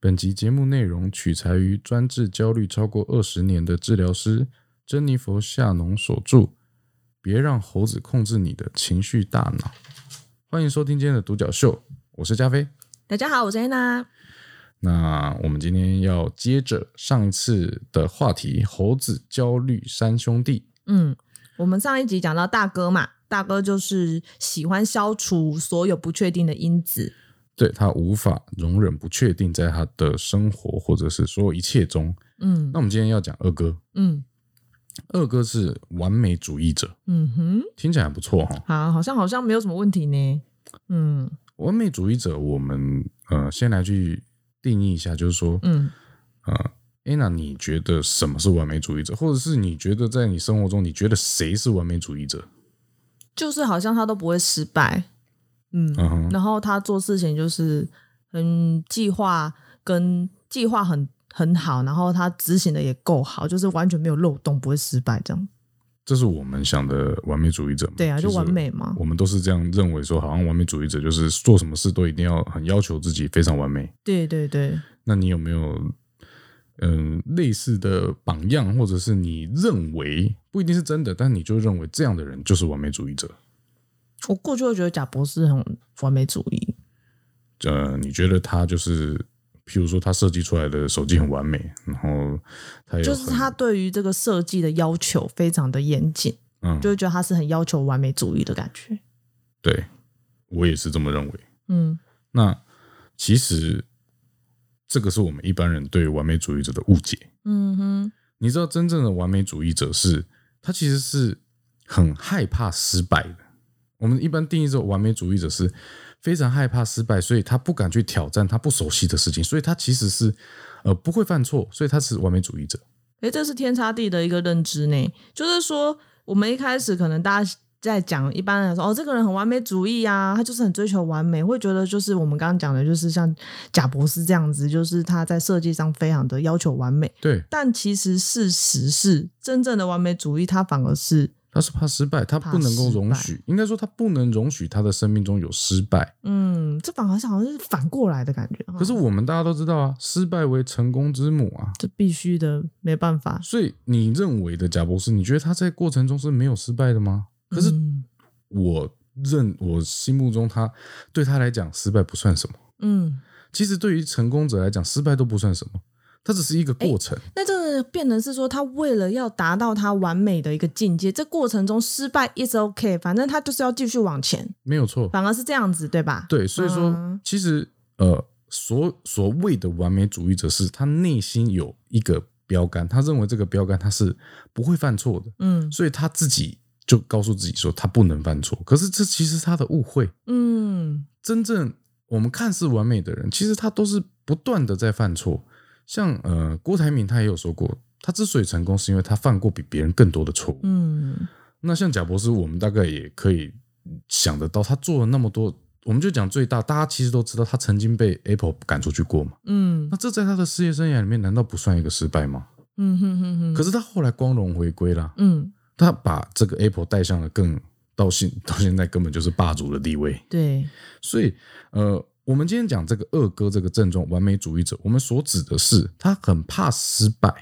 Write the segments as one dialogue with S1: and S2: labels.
S1: 本集节目内容取材于专治焦虑超过二十年的治疗师珍妮佛·夏农所著《别让猴子控制你的情绪大脑》。欢迎收听今天的独角秀，我是加菲。
S2: 大家好，我是安娜。
S1: 那我们今天要接着上一次的话题——猴子焦虑三兄弟。
S2: 嗯，我们上一集讲到大哥嘛，大哥就是喜欢消除所有不确定的因子。
S1: 对他无法容忍不确定，在他的生活或者是所有一切中。
S2: 嗯
S1: 那我们今天要讲二哥，
S2: 嗯
S1: 二哥是完美主义者，
S2: 嗯哼，
S1: 听起来还不错哈、
S2: 好，好像好像没有什么问题呢。嗯
S1: 完美主义者，我们呃先来去定义一下，就是说，
S2: 嗯
S1: 呃，安娜，你觉得什么是完美主义者，或者是你觉得在你生活中，你觉得谁是完美主义者？
S2: 就是好像他都不会失败。嗯，
S1: 嗯哼，
S2: 然后他做事情就是很计划跟计划很很好，然后他执行的也够好，就是完全没有漏洞，不会失败这样。
S1: 这是我们想的完美主义者嘛？
S2: 对啊，就
S1: 其实
S2: 完美嘛。
S1: 我们都嗯是这样认为说，好像完美主义者就是做什么事都一定要很要求自己非常完美。
S2: 对对对，
S1: 那你有没有嗯类似的榜样，或者是你认为不一定是真的，但你就认为这样的人就是完美主义者？
S2: 我过去会觉得贾博士很完美主义，
S1: 呃，你觉得他就是，譬如说他设计出来的手机很完美，然后他有
S2: 就是
S1: 很
S2: 他对于这个设计的要求非常的严谨，
S1: 嗯，
S2: 就会觉得他是很要求完美主义的感觉。
S1: 对我也是这么认为。
S2: 嗯
S1: 那其实这个是我们一般人对完美主义者的误解。
S2: 嗯哼，
S1: 你知道，真正的完美主义者是他其实是很害怕失败的。我们一般定义这种完美主义者是非常害怕失败，所以他不敢去挑战他不熟悉的事情，所以他其实是呃不会犯错，所以他是完美主义者。
S2: 诶，这是天差地的一个认知呢。就是说，我们一开始可能大家在讲，一般人说哦，这个人很完美主义啊，他就是很追求完美，会觉得就是我们刚刚讲的，就是像贾博士这样子，就是他在设计上非常的要求完美。
S1: 对，
S2: 但其实事实是，真正的完美主义，他反而是
S1: 他是怕失败，他
S2: 怕
S1: 不能够
S2: 失
S1: 容
S2: 败
S1: 许，应该说他不能容许他的生命中有失败。
S2: 嗯，这反而是好像是反过来的感觉。
S1: 可是
S2: 哦
S1: 我们大家都知道啊，失败为成功之母啊。
S2: 这必须的，没办法。
S1: 所以你认为的贾博士，你觉得他在过程中是没有失败的吗？可是
S2: 嗯
S1: 我认我心目中他对他来讲失败不算什么，
S2: 嗯，
S1: 其实对于成功者来讲，失败都不算什么，它只是一个过程。
S2: 那这个变成是说，他为了要达到他完美的一个境界，这过程中失败 is OK，反正他就是要继续往前，
S1: 没有错。
S2: 反而是这样子，对吧？
S1: 对，所以说、
S2: 嗯
S1: 其实呃，所所谓的完美主义者是他内心有一个标杆，他认为这个标杆他是不会犯错的，
S2: 嗯
S1: 所以他自己就告诉自己说他不能犯错。可是这其实是他的误会，
S2: 嗯
S1: 真正我们看似完美的人，其实他都是不断的在犯错。像呃，郭台铭他也有说过，他之所以成功，是因为他犯过比别人更多的错误。
S2: 嗯
S1: 那像贾博士，我们大概也可以想得到，他做了那么多，我们就讲最大，大家其实都知道，他曾经被 Apple 赶出去过嘛。
S2: 嗯
S1: 那这在他的事业生涯里面，难道不算一个失败吗？
S2: 嗯哼哼哼，
S1: 可是他后来光荣回归啦，
S2: 嗯
S1: 他把这个 Apple 带向了更到现到现在根本就是霸主的地位。
S2: 对，
S1: 所以，呃，我们今天讲这个二哥这个症状，完美主义者，我们所指的是他很怕失败，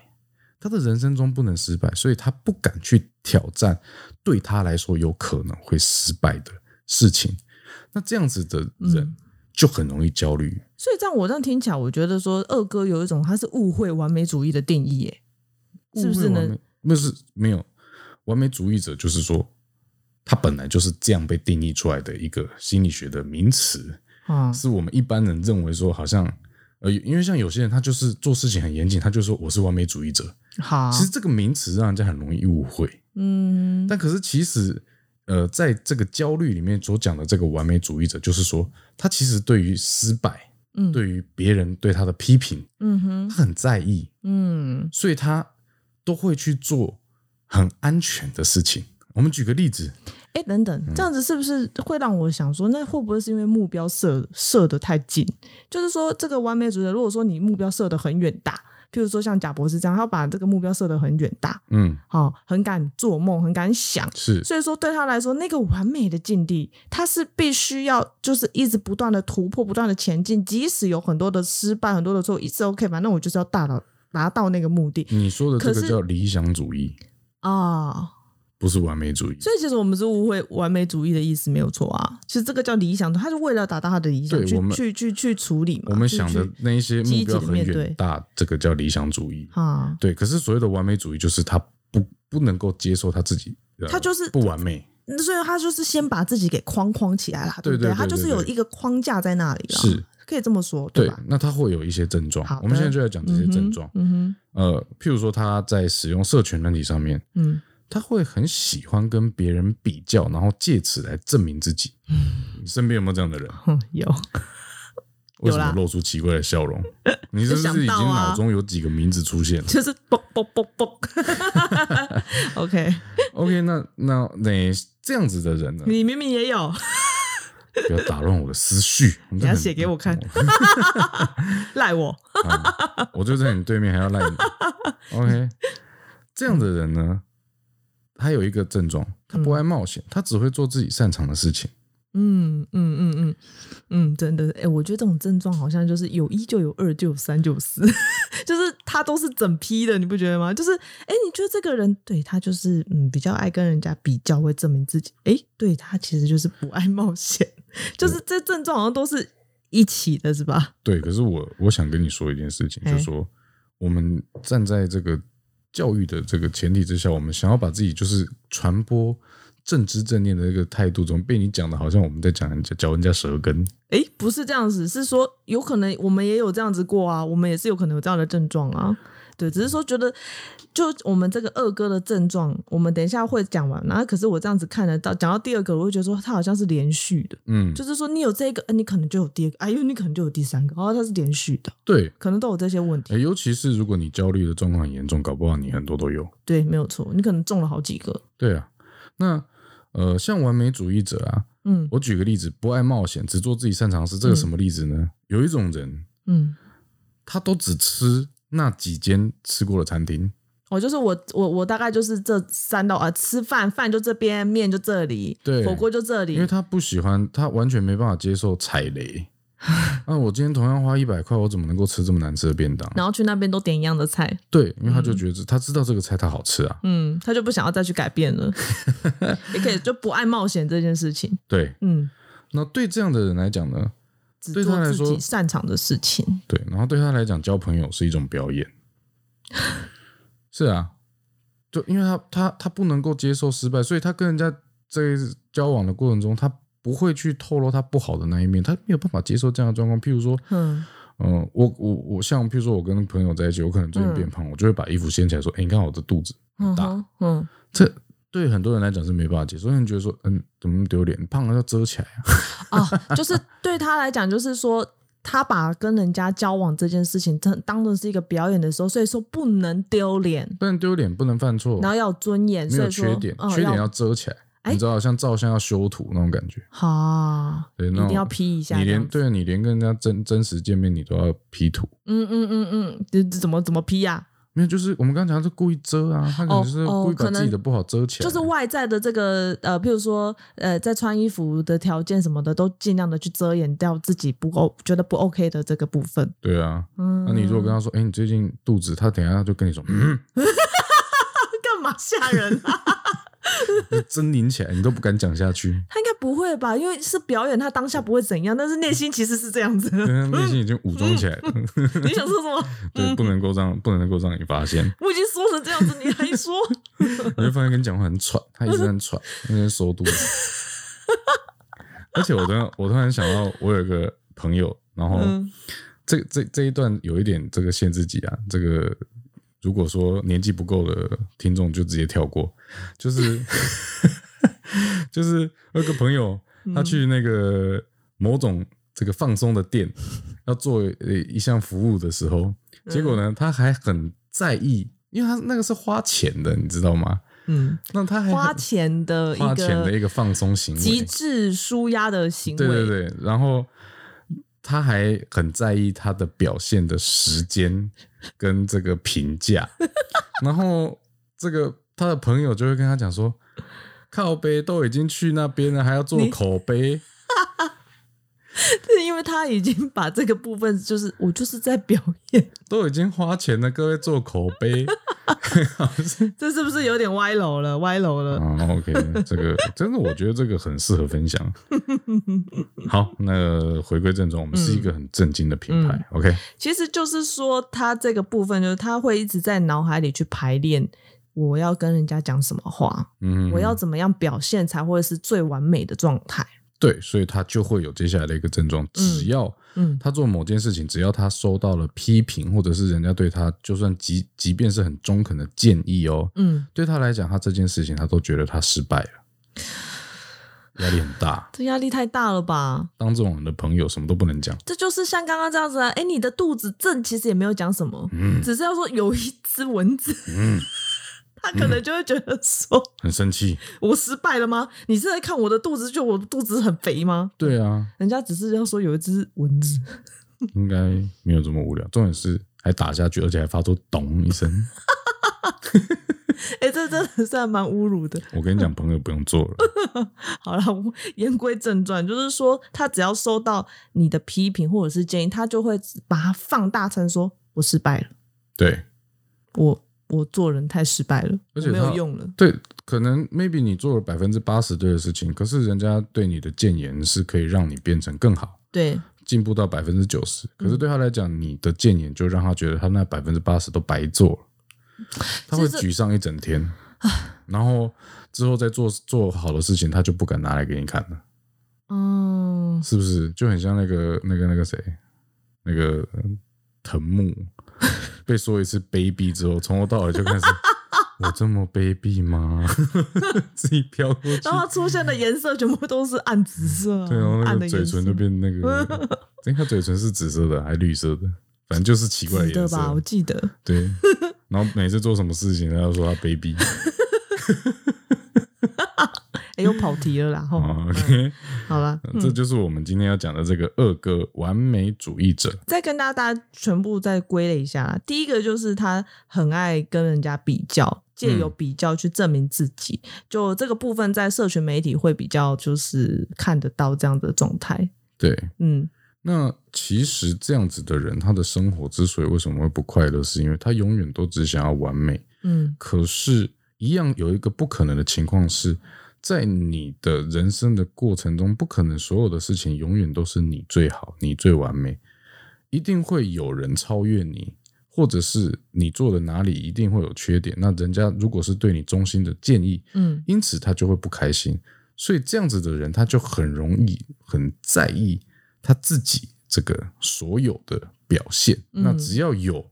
S1: 他的人生中不能失败，所以他不敢去挑战对他来说有可能会失败的事情。那这样子的人
S2: 嗯
S1: 就很容易焦虑。
S2: 所以这样我这样听起来，我觉得说二哥有一种他是误会完美主义的定义，耶，是不是
S1: 误会
S2: 呢
S1: 完美？不是没有完美主义者，就是说他本来就是这样被定义出来的一个心理学的名词。
S2: 啊，
S1: 是我们一般人认为说，好像呃，因为像有些人他就是做事情很严谨，他就说我是完美主义者。
S2: 好，
S1: 其实这个名词让人家很容易误会，
S2: 嗯
S1: 但可是其实呃，在这个焦虑里面所讲的这个完美主义者，就是说他其实对于失败，
S2: 嗯
S1: 对于别人对他的批评，
S2: 嗯哼
S1: 他很在意，
S2: 嗯
S1: 所以他都会去做很安全的事情。我们举个例子，
S2: 哎，等等，这样子是不是会让我想说，那会不会是因为目标设设的太近？就是说，这个完美主义者，如果说你目标设的很远大，譬如说像贾博士这样，他把这个目标设得很远大，
S1: 嗯，
S2: 好、很敢做梦，很敢想。
S1: 是
S2: 所以说，对他来说，那个完美的境地，他是必须要就是一直不断的突破，不断的前进，即使有很多的失败，很多的错，一次 OK，反正我就是要达到达到那个目的
S1: 你说的这
S2: 可
S1: 个
S2: 是
S1: 叫理想主义，
S2: 啊、
S1: 不是完美主义。
S2: 所以其实我们是误会完美主义的意思，没有错啊。其实这个叫理想，他是为了达到他的理想
S1: 对
S2: 去
S1: 我们
S2: 去去去处理嘛。
S1: 我们
S2: 去
S1: 想的
S2: 去
S1: 那一些目标
S2: 积极地
S1: 很
S2: 面
S1: 远
S2: 对
S1: 大，这个叫理想主义。
S2: 啊，
S1: 对，可是所谓的完美主义就是他不不能够接受他自己，呃
S2: 他就是
S1: 不完美。
S2: 所以他就是先把自己给框框起来啦，
S1: 对
S2: 不对
S1: 对对
S2: 他就是
S1: 对
S2: 有
S1: 对
S2: 一个框架在那里了，
S1: 是
S2: 可以这么说，
S1: 对
S2: 吧？，
S1: 那他会有一些症状
S2: 好。
S1: 我们
S2: 的
S1: 现在就在讲这些
S2: 嗯哼
S1: 症状。
S2: 嗯
S1: 呃，譬如说他在使用社群软体上面，
S2: 哼，嗯，
S1: 他会很喜欢跟别人比较，然后借此来证明自己。
S2: 嗯
S1: 你身边有没有这样的人？
S2: 哼 有，
S1: 为什
S2: 有
S1: 么
S2: 啦
S1: 露出奇怪的笑 容？你是不
S2: 想
S1: 是已经
S2: 到啊
S1: 脑中有几个名字出现了
S2: 就是啵啵啵啵 ，OK，
S1: ？OK，那那那这样子的人呢？
S2: 你明明也有，
S1: 不要打乱我的思绪。你
S2: 你要写给我看赖我，
S1: 我就在你对面，还要赖你。OK，这 样的人呢，他有一个症状，他不爱冒险，他只会做自己擅长的事情。
S2: 嗯嗯嗯嗯嗯，真的，哎、我觉得这种症状好像就是有一就有二就有三就有四， 就是他都是整批的，你不觉得吗？就是，哎、你觉得这个人对他就是嗯比较爱跟人家比较，会证明自己，哎、对他其实就是不爱冒险， 就是这症状好像都是一起的，是吧？
S1: 对，可是我我想跟你说一件事情，
S2: 哎
S1: 就是说我们站在这个教育的这个前提之下，我们想要把自己就是传播正知正念的这个态度中，被你讲的好像我们在讲人家嚼人家舌根。
S2: 哎、不是这样子，是说有可能我们也有这样子过啊，我们也是有可能有这样的症状啊。对，只是说觉得，就我们这个二哥的症状，我们等一下会讲完。然后，可是我这样子看得到，讲到第二个，我会觉得说他好像是连续的，
S1: 嗯，
S2: 就是说你有这个，呃你可能就有第二个，哎呦，你可能就有第三个，哦，它是连续的，
S1: 对。
S2: 可能都有这些问题。
S1: 诶尤其是如果你焦虑的状况很严重，搞不好你很多都有。
S2: 对，没有错，你可能中了好几个。
S1: 对啊，那呃，像完美主义者啊，
S2: 嗯
S1: 我举个例子，不爱冒险，只做自己擅长的事，这个什么例子呢？有一种人，
S2: 嗯，
S1: 他都只吃那几间吃过的餐厅，
S2: 哦，就是我我我大概就是这三道啊、呃吃饭饭就这边，面就这里，
S1: 对
S2: 火锅就这里
S1: 因为，他不喜欢，他完全没办法接受踩雷。那、我今天同样花一百块，我怎么能够吃这么难吃的便当？
S2: 然后去那边都点一样的菜。
S1: 对，因为他就觉得、他知道这个菜它好吃啊。
S2: 嗯，他就不想要再去改变了， 也可以就不爱冒险这件事情。
S1: 对，
S2: 嗯，
S1: 那对这样的人来讲呢，
S2: 只
S1: 对他
S2: 做
S1: 来
S2: 自己
S1: 说
S2: 擅长的事情。
S1: 对，然后对他来讲，交朋友是一种表 演。是啊，就因为他他他不能够接受失败，所以他跟人家在交往的过程中，他不会去透露他不好的那一面，他没有办法接受这样的状况。譬如说，
S2: 嗯，
S1: 嗯、我我我像譬如说我跟朋友在一起，我可能最近变胖，我就会把衣服掀起来说：“哎、你看我的肚子。
S2: 嗯
S1: 大
S2: 哼，嗯，”
S1: 这对很多人来讲是没办法接受，有人觉得说：“嗯，怎么那么丢脸？胖了要遮起来啊。
S2: 啊，就是对他来讲，就是说他把跟人家交往这件事情，真当成是一个表演的时候，所以说不能丢脸”，
S1: 不能丢脸，不能犯错，
S2: 然后要有尊严，
S1: 哦没
S2: 所
S1: 有
S2: 以说
S1: 缺点，
S2: 嗯
S1: 缺点要遮起来。
S2: 哎
S1: 你知道，像照相要修图那种感觉。
S2: 好、
S1: 对，
S2: 一
S1: 那
S2: 定
S1: 种
S2: 要 P 一下。
S1: 你
S2: 这
S1: 连
S2: 样子
S1: 对啊，你连跟人家真真实见面，你都要 P 图，
S2: 嗯嗯嗯嗯，这这怎么怎么 P 呀、
S1: 没有？就是我们刚刚讲的是故意遮啊，他可能就是
S2: 哦
S1: 故意把
S2: 可能
S1: 自己的不好遮起来，
S2: 就是外在的这个呃，譬如说呃，在穿衣服的条件什么的，都尽量的去遮掩掉自己不 O 觉得不 OK 的这个部分。
S1: 对啊。
S2: 嗯，
S1: 那你如果跟他说，哎，你最近肚子，他等一下就跟你说，嗯，
S2: 干嘛吓人啊？
S1: 你狰狞起来，你都不敢讲下去
S2: ，他应该不会吧？因为是表演，他当下不会怎样，但是内心其实是这样 子。
S1: 对他内心已经武装起来了，
S2: 你想说什么？
S1: 对，不能够让不能够让你发现，
S2: 我已经说成这样子，你还说？
S1: 我就发现跟你讲话很喘，他一直很喘，一直在收肚子。而且我突然我突然想到，我有一个朋友，然后
S2: 嗯
S1: 这这这一段有一点这个限制级啊，这个如果说年纪不够的听众就直接跳过，就是 就是我有个朋友他去那个某种这个放松的店要做呃一项服务的时候，结果呢他还很在意，因为他那个是花钱的，你知道吗？
S2: 嗯，
S1: 那他还很
S2: 花钱的一
S1: 花钱的一
S2: 个
S1: 个放松行为，
S2: 极致舒压的行为。
S1: 对对对，然后。他还很在意他的表现的时间跟这个评 价，然后这个他的朋友就会跟他讲说，靠背都已经去那边了，还要做口碑，
S2: 是 因为他已经把这个部分，就是我就是在表演，
S1: 都已经花钱了，各位做口 碑。
S2: 这是不是有点歪楼了？歪楼了，
S1: 啊、o k 这个真的，我觉得这个很适合分 享。好，那回归正传，我们是一个很正经的品牌、o
S2: 嗯
S1: k
S2: 其实就是说他这个部分，就是他会一直在脑海里去排练，我要跟人家讲什么话，
S1: 嗯，
S2: 我要怎么样表现才会是最完美的状态。
S1: 对，所以他就会有接下来的一个症状，只要
S2: 嗯
S1: 他做某件事情，只要他收到了批评，或者是人家对他，就算即即便是很中肯的建议哦，
S2: 嗯，
S1: 对他来讲，他这件事情他都觉得他失败了，压力很大。
S2: 这压力太大了吧？
S1: 当这种人的朋友，什么都不能讲。
S2: 这就是像刚刚这样子啊，哎，你的肚子正其实也没有讲什么，
S1: 嗯
S2: 只是要说有一只蚊子，
S1: 嗯，
S2: 他可能就会觉得说。
S1: 很生气。
S2: 我失败了吗？你是在看我的肚子，就我的肚子很肥吗？
S1: 对啊，
S2: 人家只是要说有一只蚊子，
S1: 应该没有这么无聊。重点是还打下去，而且还发出咚一声。
S2: 哎、这真的是还蛮侮辱的。
S1: 我跟你讲，朋友不用做了。
S2: 好了，我 言归正传，就是说他只要收到你的批评或者是建议，他就会把它放大成说我失败了，
S1: 对
S2: 我我做人太失败了，
S1: 而且
S2: 我没有
S1: 他
S2: 用了。
S1: 对，可能 maybe 你做了百分之八十对的事情，可是人家对你的谏言是可以让你变成更好，
S2: 对，
S1: 进步到百分之九十。可是对他来讲，你的谏言就让他觉得他那百分之八十都白做了，他会
S2: 其实
S1: 沮丧一整天。然后之后再做做好的事情，他就不敢拿来给你看了，
S2: 嗯，
S1: 是不是？就很像那个那个那个谁，那个嗯藤 木被说一次卑鄙之后，从头到尾就开 始。我这么卑鄙吗？自己飘过去，
S2: 然后它出现的颜色全部都是暗紫色、啊，
S1: 对啊，那
S2: 暗
S1: 个
S2: 的
S1: 嘴
S2: 颜色
S1: 唇就变那 个，哎，他嘴唇是紫色的还绿色的，反正就是奇怪的
S2: 紫的
S1: 颜
S2: 吧？我
S1: 色。
S2: 记得。
S1: 对，然后每次做什么事情，他就说他卑鄙
S2: 哎、又跑题了啦，吼，
S1: 啊。OK，
S2: 好了，嗯
S1: 这就是我们今天要讲的这个二哥完美主义者。
S2: 再跟大家全部再归类一下啦。第一个就是他很爱跟人家比较，借由比较去证明自己。就这个部分，在社群媒体会比较就是看得到这样的状态。
S1: 对，
S2: 嗯，
S1: 那其实这样子的人，他的生活之所以为什么会不快乐，是因为他永远都只想要完美。
S2: 嗯，
S1: 可是，一样有一个不可能的情况是，在你的人生的过程中，不可能所有的事情永远都是你最好、你最完美，一定会有人超越你，或者是你做的哪里一定会有缺点。那人家如果是对你衷心的建议，
S2: 嗯，
S1: 因此他就会不开心。所以这样子的人，他就很容易很在意他自己这个所有的表现。
S2: 嗯
S1: 那只要有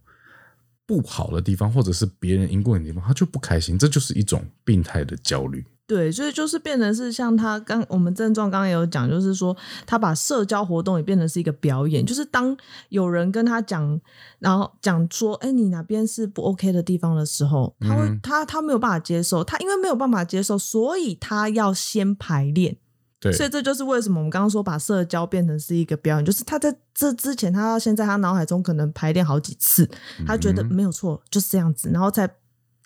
S1: 不好的地方，或者是别人赢过你的地方，他就不开心。这就是一种病态的焦虑。
S2: 对，所以就是变成是像他刚我们症状刚刚也有讲，就是说他把社交活动也变成是一个表演，就是当有人跟他讲，然后讲说，哎，你哪边是不 OK 的地方的时候，他会、
S1: 嗯
S2: 他他没有办法接受，他因为没有办法接受，所以他要先排练，
S1: 对，
S2: 所以这就是为什么我们刚刚说把社交变成是一个表演，就是他在这之前，他要先在他脑海中可能排练好几次，他觉得
S1: 嗯
S2: 没有错，就是这样子，然后再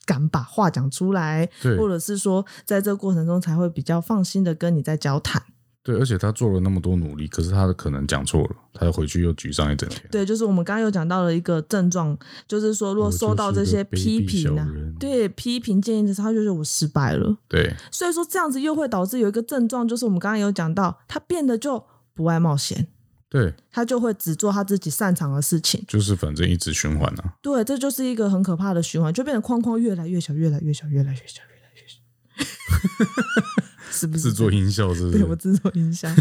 S2: 敢把话讲出来，
S1: 对
S2: 或者是说在这过程中才会比较放心的跟你在交谈。
S1: 对，而且他做了那么多努力，可是他可能讲错了，他回去又沮丧一整天。
S2: 对，就是我们刚刚有讲到了一个症状，就是说如果
S1: 哦我就
S2: 收到
S1: 是
S2: 这
S1: 个
S2: 些
S1: 卑
S2: 批
S1: 鄙
S2: 评啊
S1: 小人，
S2: 对批评建议的时候，他就觉得我失败了。
S1: 对
S2: 所以说这样子又会导致有一个症状，就是我们刚刚有讲到，他变得就不爱冒险，
S1: 对，
S2: 他就会只做他自己擅长的事情。
S1: 就是反正一直循环啊。
S2: 对，这就是一个很可怕的循环，就变成框框越来越小，越来越小，越来越小，越来越小， 是不是？
S1: 制作音效是不
S2: 对我
S1: 是？
S2: 制作音箱，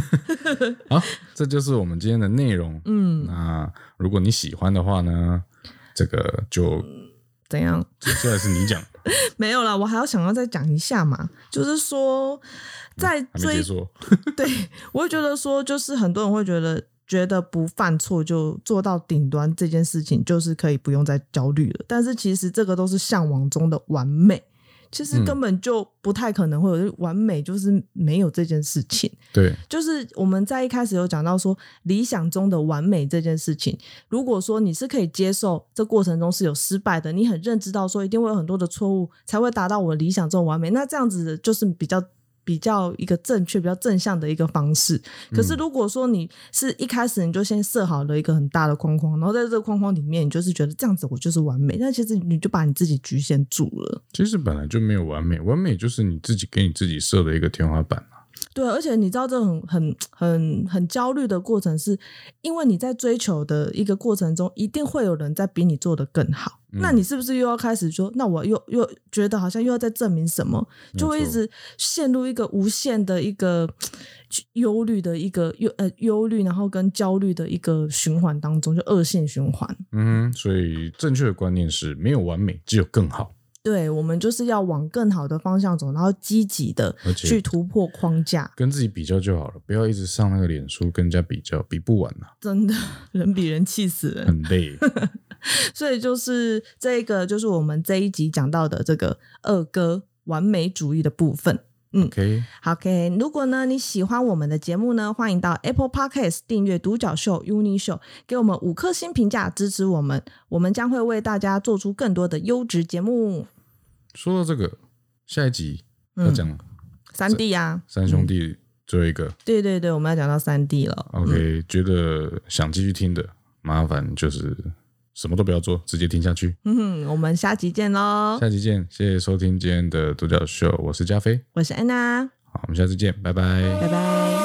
S1: 好，这就是我们今天的内容。
S2: 嗯，
S1: 那如果你喜欢的话呢，这个就
S2: 怎样？
S1: 接下来是你讲，
S2: 没有啦，我还要想要再讲一下嘛，就是说，在
S1: 嗯还没
S2: 追
S1: 结，束。
S2: 对我会觉得说，就是很多人会觉得。觉得不犯错就做到顶端这件事情，就是可以不用再焦虑了。但是其实这个都是向往中的完美，其
S1: 嗯
S2: 实根本就不太可能会有完美，就是没有这件事情。
S1: 对，
S2: 就是我们在一开始有讲到说，理想中的完美这件事情，如果说你是可以接受这过程中是有失败的，你很认知到说一定会有很多的错误，才会达到我理想中的完美，那这样子就是比较。比较一个正确、比较正向的一个方式。可是如果说你是一开始你就先设好了一个很大的框框，然后在这个框框里面，你就是觉得这样子我就是完美，那其实你就把你自己局限住了。
S1: 其实本来就没有完美，完美就是你自己给你自己设的一个天花板啊
S2: 对，而且你知道这很很很很焦虑的过程是，因为你在追求的一个过程中，一定会有人在比你做的更好。那
S1: 嗯
S2: 你是不是又要开始说，那我又又觉得好像又要再证明什么，
S1: 没
S2: 就会一
S1: 错
S2: 直陷入一个无限的一个嘖忧虑的一个忧呃忧虑，然后跟焦虑的一个循环当中，就恶性循环。
S1: 嗯哼，所以正确的观念是没有完美，只有更好，
S2: 对，我们就是要往更好的方向走，然后积极的
S1: 而且
S2: 去突破框架。
S1: 跟自己比较就好了，不要一直上那个脸书跟人家比较，比不完呐、
S2: 真的，人比人气死人。
S1: 很累。
S2: 所以就是这个，就是我们这一集讲到的这个二哥完美主义的部分。
S1: OK，
S2: 好，OK，如果呢你喜欢我们的节目呢，欢迎到 Apple Podcast 订阅《独角秀 Uni Show》，给我们五颗星评价支持我们，我们将会为大家做出更多的优质节目。
S1: 说到这个，下一集要
S2: 嗯
S1: 讲
S2: 三 D 呀、
S1: 三兄弟最后一个、
S2: 对对对，我们要讲到三 D 了。
S1: OK，觉得想继续听的，麻烦就是什么都不要做，直接听下去。
S2: 嗯哼，我们下集见喽！
S1: 下期见，谢谢收听今天的独角秀，我是加菲，
S2: 我是安娜，
S1: 好，我们下次见，拜拜
S2: 拜拜。